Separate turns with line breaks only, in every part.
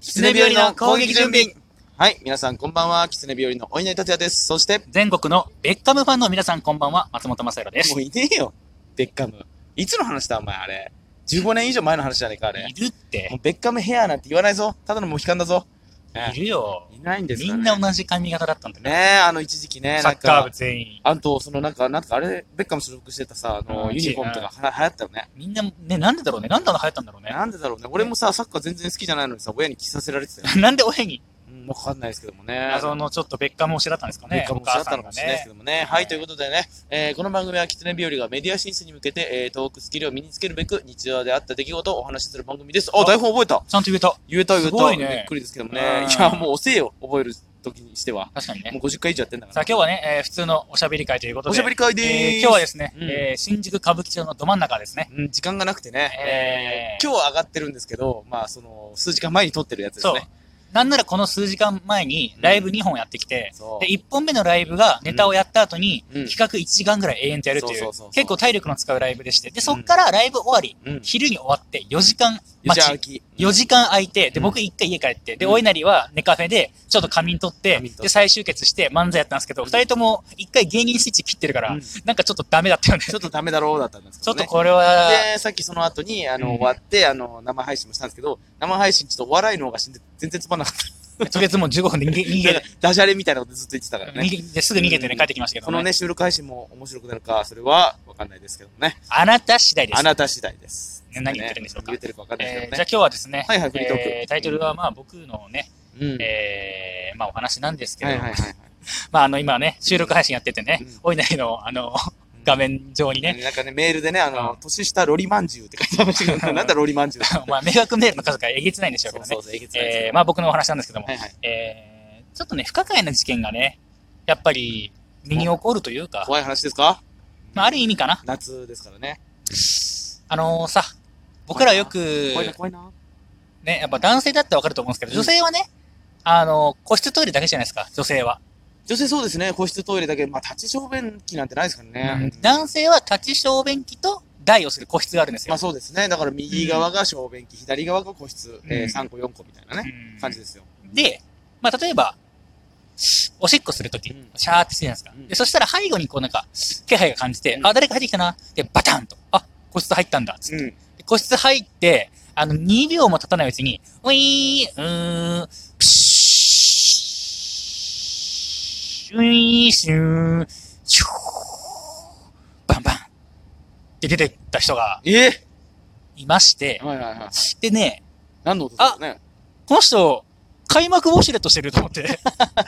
狐日和の攻撃準備はい、皆さんこんばんは。狐日和のお稲荷達也です。そして、
全国のベッカムファンの皆さんこんばんは、松本正宏です
もう。いねえよ、ベッカム。いつの話だ、お前、あれ。15年以上前の話じゃねえか、あれ
い。るって
もう、ベッカムヘアなんて言わないぞ。ただのモヒカンだぞ。ね
いるよ。
いないんです
み
かね
んな同じ髪型だったんだ
ね
ね。
え、あの一時期ね、
サ
なん
ッカー部
か、
全員。
あと、そのなんか、なんかあれ、ベッカム所属してたさ、あの、
うん
ユニフォームとかは流行ったよね。
みんな、ね、なんでだろうね。なんであの流行ったんだろうね。
なんでだろうね。俺もさ、サッカー全然好きじゃないのにさ、親に着させられてたよ。
なんで親に
うん、わかんないですけどもね。
謎のちょっとベッカム推しだったんですかね。
結果もおっしゃったのかもしれないですけどもね。
ね
はい、ということでね、えーこの番組は狐日和がメディア進出に向けて、えートークスキルを身につけるべく、日常であった出来事をお話しする番組です。あ、台本覚えた
ちゃんと言えた。
言えた言え
すご
た。
いね
びっくりですけどもね。
うん
いや、もう遅えよ、覚える時にしては。
確かに
も
ね。
う50回以上やってんだか
さ
ら。
あ今日はね、えー普通のおしゃべり会ということで。
おしゃべり会でーす。
えー今日はですね、
うん
えー新宿歌舞伎町のど真ん中ですね。
うん、時間がなくてね
え、ー
今日は上がってるんですけど、まあ、その、数時間前に撮ってるやつです
そう
ね。。
なんならこの数時間前にライブ2本やってきて、
そう
で、1本目のライブがネタをやった後に、
うん
企画1時間ぐらい永遠とやると
そう
いう
そうそうそう、
結構体力の使うライブでして、で、そっからライブ終わり、
うん。
昼に終わって4時間
じ
待
ゃあ、
ち。
秋。
4時間空いて、で、
うん
僕1回家帰って、で、
うん
お稲荷はネカフェで、ちょっと仮眠取って
仮眠取っ、て
で、再集結して漫才やったんですけど、
うん
2人とも1回芸人スイッチ切ってるから
うん、
なんかちょっとダメだったよね。
ち
ち
ょっとダメだろうだったんですけ
ょ
ど
っ
ね
と。これは、
で、さっきその後に、あの、
うん
終わって、あの、生配信もしたんですけど、生配信ちょっとお笑いの方が死んで、全然つまんなかった。
とりあえずもう15分で逃げ、逃げ
なんかダジャレみたいなことずっと言ってたからね。
逃げですぐ逃げてね、帰ってきましたけど
このね、収録配信も面白くなるか、それはわかんないですけどもね。
あなた次第です
あ。なた次第です。
ね何言ってるんでしょう
ね
か
言ってるかわかんないです
え
け
ー
ど
じゃあ
ね。
今日はですね、
はいはいフリートーク
えタイトルはまあ僕のね、
うん
えーまあお話なんですけど、
はいはいはいはい。
まああの今ね、収録配信やっててね
うん、
お稲荷のあの、画面上にね、
なんかね、メールでね、あ
う
の
ん、
年下ロリマンジュって書いてありましたけど、 なんだロリマンジュ
まあ迷惑メールの数がえげつないんでしょうけ
そ
ど
うそう、
ね
そう、えげつないです
え
け
ー
ど
まあ僕のお話なんですけども
は、いはい。
えーちょっとね、不可解な事件がね、やっぱり身に起こるというか、
怖い話ですか
まあある意味かな。
夏ですからね。
あのさ、僕らよく、
怖いな、怖いな。
ね、やっぱ男性だったらわかると思うんですけど、
うん
女性はね、あの、個室トイレだけじゃないですか、女性は。
女性そうですね、個室トイレだけ、まあ、立ち小便器なんてないですからね。
男性は立ち小便器と台をする個室があるんです
ま
よ
あ。そうですね。だから右側が小便器、左側が個室、
ん
えー、3個4個みたいなね、
うん
感じですよ。
で、まあ例えば、おしっこするとき
うん、
シャーってするじゃないですか
うん。
で、そしたら背後にこうなんか、気配が感じて
う、ん
あ、誰か入ってきたな。で、バタンと、あ、個室入ったんだ。つって
うん。
で個室入って、あの、2秒も経たないうちに、ウィーン、うーん、プシュー、ウィーン、シュー、シュー、バンバンって出てった人が
え
いまして
ー、、はいはいはい。
でね、
何の音ですかね。
この人、開幕ウォシュレットしてると思 って。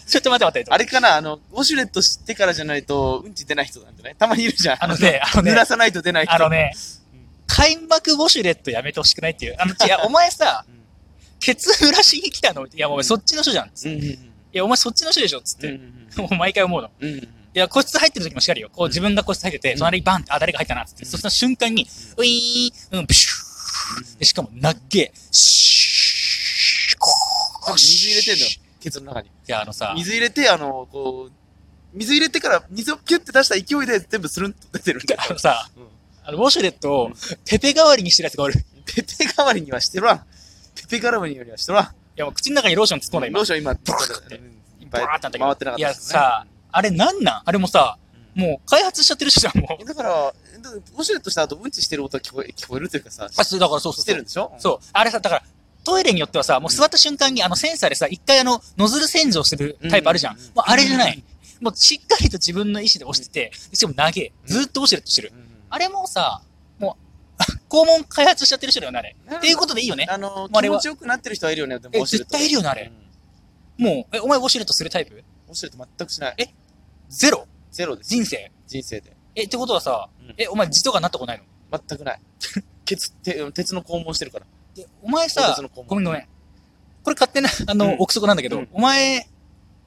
ちょっと待って待ってと。
あれかなあの、ウォシュレットしてからじゃないと、うんち出ない人なんてね。たまにいるじゃん。
あの ね、あの
濡
ね
ら、さないと出ない人。
あのね、開幕ウォシュレットやめてほしくないっていう。あの、い や、お前さ、ケツ濡らしに来たのいや、お前そっちの人じゃん。つって
うん。うん。
いや、お前そっちの人でしょつっ
うん。う
て。
ん
もう毎回思うの。
うん。うん。
いや、個室入ってる時もしかりよ。こう自分が個室入ってて、
うん
隣にバンって、あ、誰か入ったなっつって、
うん
そした瞬間に、ウィーン、うん、プシューで、しかも、なっげー、シュー、コ
多
ー、
分水入れてんのよ。ケツの中に。
いや、あのさ、
水入れて、あの、こう、水入れてから、水をキュッて出した勢いで全部スルンと出てる んだよ。
あのさ、
うん
あの、ウォシュレット
う
を
ん、
ペペ代わりにしてるやつがおる。い
ペペ代わりにはしてろ。ペペ代わりにはしてろ。
や、もう口の中にローション突っ込んだ、今
ロー。ション今、
ブワーって
いっぱい
ブワーってなったけど
回ってなかった
いや、さ、あれなんなんあれもさ、
も
もう開発しちゃってる人じゃん、もう
う。ん。だから、だからウォシュレットした後、うんちしてる音は聞こえ聞こえるというかさ、
あ、そう、だからそうそう
し
そ
て
う
るん。でしょ
そう。あれさ、だから、トイレによってはさ、もう座った瞬間に、あの、センサーでさ、一回あの、ノズル洗浄するタイプあるじゃん。
うんうんうん
もうあれじゃない。もうしっかりと自分の意思で押してて、しかも長え。ずーっとウォシュレットしてる。
うん。
あれもうさ、もう、 肛門開発しちゃってる人だよね、あれ。
うん
っていうことでいいよね。
あの、
あ
気
れは
持ちよくなってる人はいるよね、でも
え
ウォシュレット。
絶対いるよねあれ
うん
もう、え、お前ウォシュレットするタイプ
ウォシュレット全くしない。
えゼロ
ゼロです。
人生。
人生で。
え、ってことはさ
うん、
え、お前字とかなったことないの
全くない。 鉄、鉄鉄の肛門してるから。
で、お前さ
鉄の肛、門
ごめんごめん。これ勝手な、あの、
うん
憶測なんだけど、
うん
お前、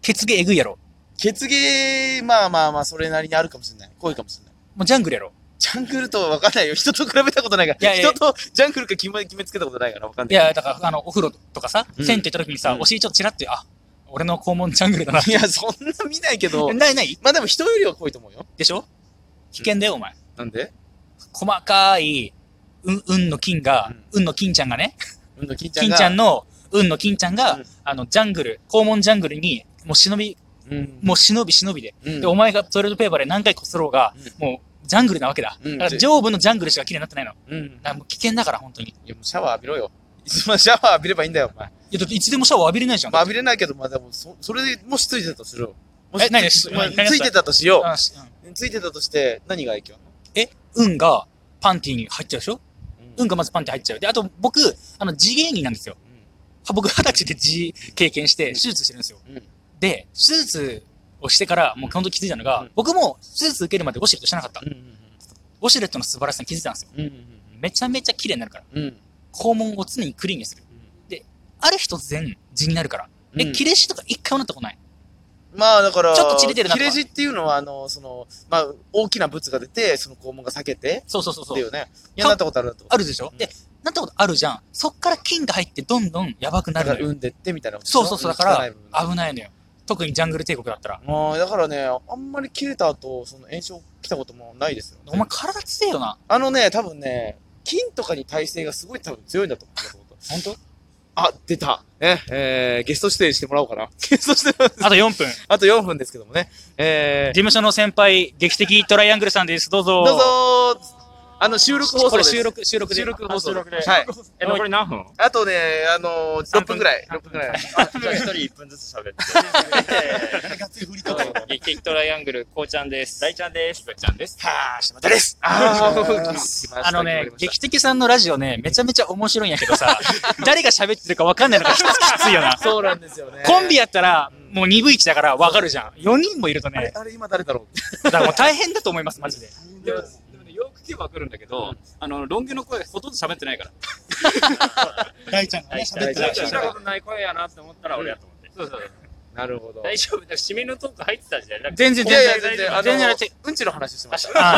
血芸えぐいやろ。
血芸、まあまあまあ、それなりにあるかもしれない。濃いかもしれない。
もうジャングルやろ。
ジャングルとは分かんないよ。人と比べたことないから。
いやいや
人とジャングルか決め決めつけたことないから分かんないけ
い
ど。
や、だから、あの、お風呂とかさ、
うん
銭湯行った時にさ、
うん
お尻ちょっとチラって、あ、俺の肛門ジャングルだな。
いや、そんな見ないけ ど、
ないない
まあでも人よりは濃いと思うよ。
でしょ危険だよ、お前。
なんで
細かい、うん、うんの菌が、
うん
うんの金ちゃんがね、
うんの金ちゃん
金
が。
ちゃんの、運の金ちゃんが、
うん
あの、ジャングル、肛門ジャングルに、もう忍び、
うん
もう忍び忍びで。
うん
で、お前がトイレットペーパーで何回こすろうが、もう、ジャングルなわけだ。
うん
だから上部のジャングルしか綺麗になってないの。だ
うんうん
からもう危険だから、本当に。い
いやもうシャワー浴びろよ。 いつもシャワー浴びればいいんだよ、お前。
や、だっていつでもシャワー浴びれないじゃん。
まあ、浴びれないけど、まあでもそ、それでもしついてたとする。も
え何し
まあ
何
ついてたとしよ
あしうん
う。ついてたとして、何が影響
え、運がパンティに入っちゃうでしょ
う
運
ん。
がまずパンティ入っちゃう。で、あと僕、あの、自芸人なんですよ。は僕、二十歳で自経験して、手術してるんですよ。
うん
で、手術をしてから、もう本当気づいたの
う
が、
ん
僕も手術受けるまでウォシュレットしてなかった。
うん。
ウォシュレットの素晴らしさに気づいたんですよ。
うん。うん。
めちゃめちゃ綺麗になるから。
うん。うん。
肛門を常にクリーンにする。ある日突然、地になるから。
う
え、
ん
切れ死とか一回もなったことない。
まあだから、
ちょっと切れてるなと
切
か
れ字っていうのは、あの、その、まあ、大きな物が出て、その肛門が裂けて、
そうそうそう
っ
そ。
ていううね。いや、なったことあるなと。
あるでしょ、
うん
で、なったことあるじゃん。そっから菌が入ってどんどんやばくな
だか
るの
ら、
よ。
産んでってみたいなことでし
そ
ょ。
うそうそう。だから
汚い部分、
危ないのよ。特にジャングル帝国だったら。
ああ、だからね、あんまり切れた後、その炎症来たこともないですよ。
お前体強えよな。
あのね、多分ね、金とかに耐性がすごい多分強いんだと思うんだと思う。
本当
あ、出た。ね、えー、ゲスト出演してもらおうかな。 ゲスト出演、
あと4分。事
あと4分ですけどもね。えー、
務所の先輩、劇的トライアングルさんです。どうぞ。
どうぞーあの、収録放
こ
送
れ
です。
収録、収録で。
収録放送
あ収録で
はい。
え、残り何分
あとね、あのー、6分ぐらい。
3
6分ぐらい。
あじゃあ一人一分ずつ喋って。激激トライアングル、こうちゃんです。大ちゃんです。ぶっちゃんです。
はぁ、島田です。
あ ー
あのね、
来ま
劇的さんのラジオね、めちゃめちゃ面白いんやけど さ、誰が喋ってるかわかんないのがきつきついよな
した。そうなんですよね。
コンビやったら、もう2分1だからわかるじゃん。4人もいると
あれ
ね、、
あれ今誰だろ
だからもう大変だと思います、マジで。
でも、でもね、よく聞けばわかるんだけど、あの、ロン毛の声がほとんど喋ってないから。
大ちゃんが
大ちゃん
喋ってない
聞いたことない声やなって思ったら俺やと思って。そうそう。
う。なるほど。
大丈夫だ。締めのトーク入ってたじゃん。
全然
いやいや、
全
全然、
然
あの
全然やって
うんちの話してました。
あ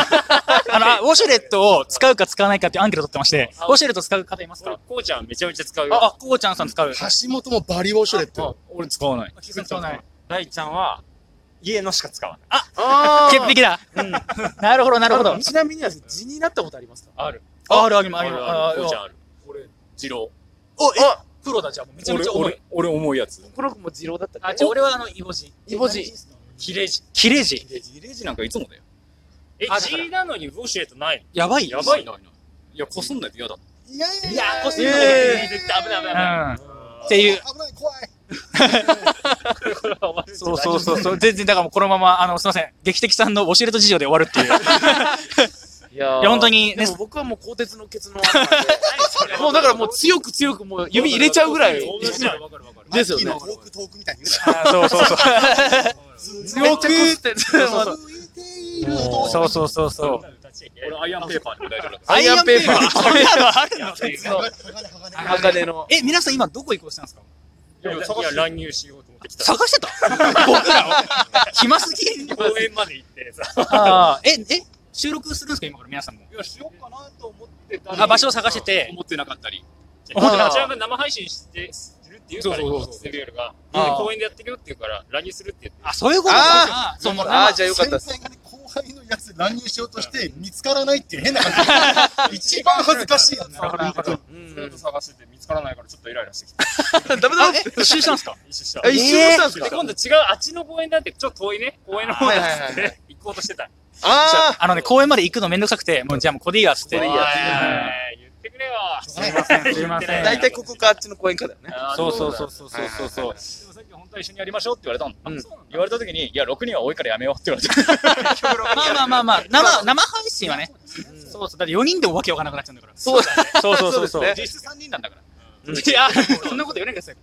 あの、あウォシュレットを使うか使わないかっていうアンケート取ってまして、ウォシュレット使う方います
俺
か、
こうちゃんめちゃめちゃ使うよ。
あ、こうちゃんさん使う。
橋本もバリウォシュレット。
俺使わない。使わない。
大ちゃんは、家のしか使わない。
あー
潔癖だ。なるほど、なるほど。
ちなみには、地になったことありますか
ある。
あるあるあ
あ
る
る
あ
あ
る
る。こうちゃん
ある。
ある。俺、二郎。
お、え
あ
プロだじゃん。めちゃめ
俺
ちゃ、重い。
俺、俺重いやつ。
この子も二郎だったっ
あ、
け
じゃあ俺はあの、イボジ。
イボジ。
切れ字。
切れ字。
切れ字。なんかいつもだよ。え
あだから
G なのにウォシュレットない
やばい。
やばい。な。いや、こすんないと嫌だ。
いやい
いやー、こす
い
ん
やい
のが
やいや
ね
絶対危ない危
う
ない。
ん。っていう。
危ない、怖い。
そうそうそうそう。全然、だからもうこのまま、あの、すいません。劇的さんのウォシュレット事情で終わるっていう。
いや
いや本当にね
でも僕はもう鋼鉄のケツの穴なんで もうだからもう強く強くもう指入れちゃうぐらい。
わかるわかる。
ですよね
マッキーのトークトークみたいに言う
あーそうそうそう。
な。
強くって。そう
続いている音。
そうそうそうそう。
俺、アイアンペーパーでも大丈夫だか。
アイアンペーパー。
こんなのあるの
そう
鋼鋼
鋼の。
え、皆さん今どこ行こうとしたんですから
いや、いや乱入しようと思ってきた。
探してた僕らを。暇すぎ
公園まで行ってさ。
ああ、え、え、収録するんですか今から皆さんも。
いや、しようかなと思ってた
あ、場所を探してて。
思ってなかったり。
あ
思ってなかったり。生配信して、するって言うから、
そうそうそう
今ステビオルが。
あー
公園でやってるよって言うから、乱入するって言って。
あ、そういうこと
あ
か。そう、もう
ああ、じゃあよかったです。
先輩がね、後輩のやつ乱入しようとして見つからないっていう変な感じ。一番恥ずかしいやつ。
うん
ずっと探してて見つからないからちょっとイライラしてきた。
ダメだ
あ、え、一周したんですか
一緒した。
え、一周したんです
で、
か
今度違う、あっちの公園だって、ちょっと遠いね。公園の方だっつっ
はいはいは
て、行こうとしてた。
あ
あのね、公園まで行くのめんどくさくて、もうじゃあもうここでいいや、つって。
ここでいいや
や
おい言ってくれよ。
すいません
すいません
あ。大体ここかあっちの公園かだよね。
あー
そうそうそうそうそうそうそう。
でもさっき本当は一緒にやりましょうって言われたの。
うん
あそうなんだ言われた時に、いや、6人は多いからやめようって言われた。
まあまあまあまあ、生、生配信はね。そうそう。だって4人でもわけわからなくなっちゃうんだから。
そう
だね。そうそうそうそう。
そうです
実質3人なんだから。
うん
いや、そんなこと言わないでください。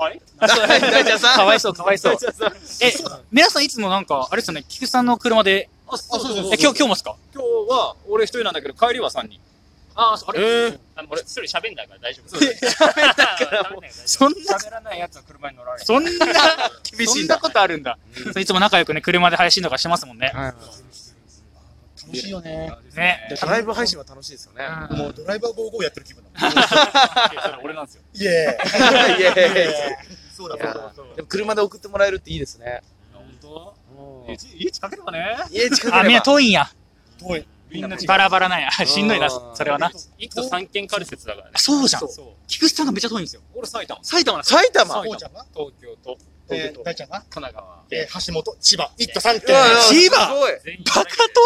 あれ
あそう
大大ちゃんさん
かわいそう、かわいそう。
じゃあさ
え、皆さんいつもなんか、あれですよね、菊池さんの車で、
あ、そうそうそう
え、今日、今日もですか
今日は、俺一人なんだけど、帰りは3人。
ああ、あれ
あの俺一人喋んないから大丈夫。
からもう
そんな、
喋らないやつは車に乗られ
そんな、
厳
そ
しい
ん
ん
な
だ。
ことあるんだ。そういつも仲良くね、車で配信とかしてますもんね。
はい
楽しいよね。
ね。
ドライブ配信は楽しいですよね。
うん
もうドライバー55やってる気分だもん。
俺なんですよ。
イエーイ。
いやいやいやいや
そうだ
い
そう
や
だ。
でも車で送ってもらえるっていいですね。
本当家近ければね。
家近く
あ、みんな
れば
遠いんや。
遠い。
みんな違う
バラバラなんや。しんどいな、
うん
それはな。
一都三県仮説だからね。
そうじゃん。
そう。
菊池さんがめっちゃ遠いんですよ。
俺埼玉。
埼玉なんですよ。
埼玉
こうちゃんは
東京と、東
えー
京と
大ちゃんは
神奈川。
えー橋本、千葉、一都三
う
県
わ。うわ
千葉
すごい
全員
バカ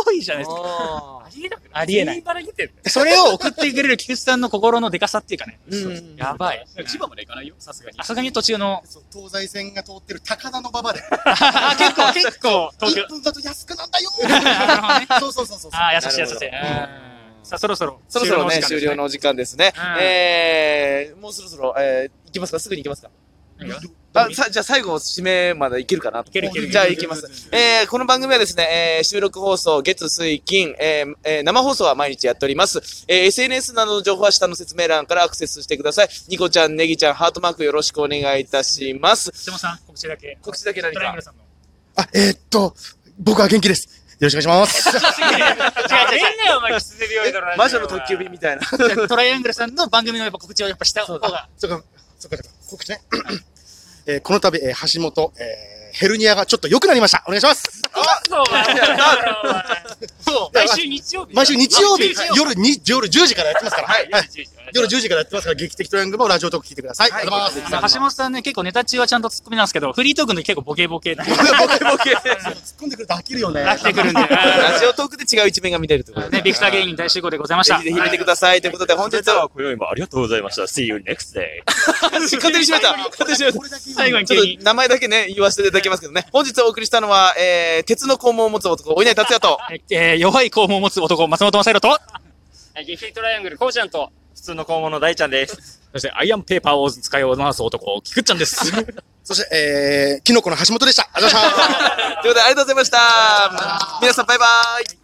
遠いじゃないですか。
あ
ありえなくない
ありえない
全員茨城県だよ
それを送ってくれる菊池さんの心のデカさっていうかね。
ーうん
やばい。
千葉まで行かないよ、さすがに。
さすがに途中の、
そう東西線が通ってる高田の馬場で、
あ結 構、結構、東京
1。分だと安くなんだよ
なるほどね。
そうそうそうそう。
ああ、優しい優しい。うんさあ、そろそろ。
そろそろね、
終
終
了
了
の
のお時間ですね
う。ん
えー、もうそろそろ、えー、行きますかすぐに行きますか
お時間ですね。
あ、さ、じゃあ最後、締めまだいけるかなと
いけるいける
じゃあ行きます。えー、この番組はですね、えー収録放送、月、水、金、えーえー生放送は毎日やっております。えー SNS などの情報は下の説明欄からアクセスしてください。ニコちゃん、ネギちゃん、ハートマークよろしくお願いいたします。
質問さん、告知だけ。
告知だけ何か
トライアングルさんの。
あ、えーっと、僕は元気です。よろしくお願いします。
違 う違う違う
ねお前、キツネ病院のラジオ
魔女の特急便みたいな。
じゃあトライアングルさんの番組のやっぱ告知をやっぱした方が。
そっか、そっか、そっか告知ね。 えーこの度、えー橋本、えーヘルニアがちょっと良くなりました。お願いします。
そう、お前
そう
毎週日曜日。
毎週日曜
毎
日
週、
夜に、夜10時からやってますから。
はい、
は
夜
い
10時。
夜10時からやってますから、劇的トライアングルもラジオトーク聞いてください。ありがとうございます。
橋本さんね、結構ネタ中はちゃんと突っ込みなんですけど、フリートークの時結構ボケボケで
ボケボケ。
突っ込んでくると飽きるよね。
飽きてくるんで。
ラジオトークで違う一面が見れるということで。
ね、ビクター芸人大集合でございまし
ぜ
た。
ひぜひ見てください。ということで、本
本
日
日は
は、
今宵もありがとうございました。See you next day.
勝手に閉めた勝手に閉めた
これだけ言うの
最後に
ち
急
ょっ
に
と。名前だけね、言わせていただきますけどね。本日お送りしたのは、えー、鉄の肛門を持つ男、お稲荷達也と、
えー、弱い肛門を持つ男、松本正宏と、
ギフィートライアングル、こうちゃんと。
普通の肛門の大ちゃんです。
そして、アイアンペーパーを使い回す男、キクッちゃんです。
そして、えー、キノコの橋本でした。ありがとうございました。
ということでありがとうございました。皆さんバイバイ。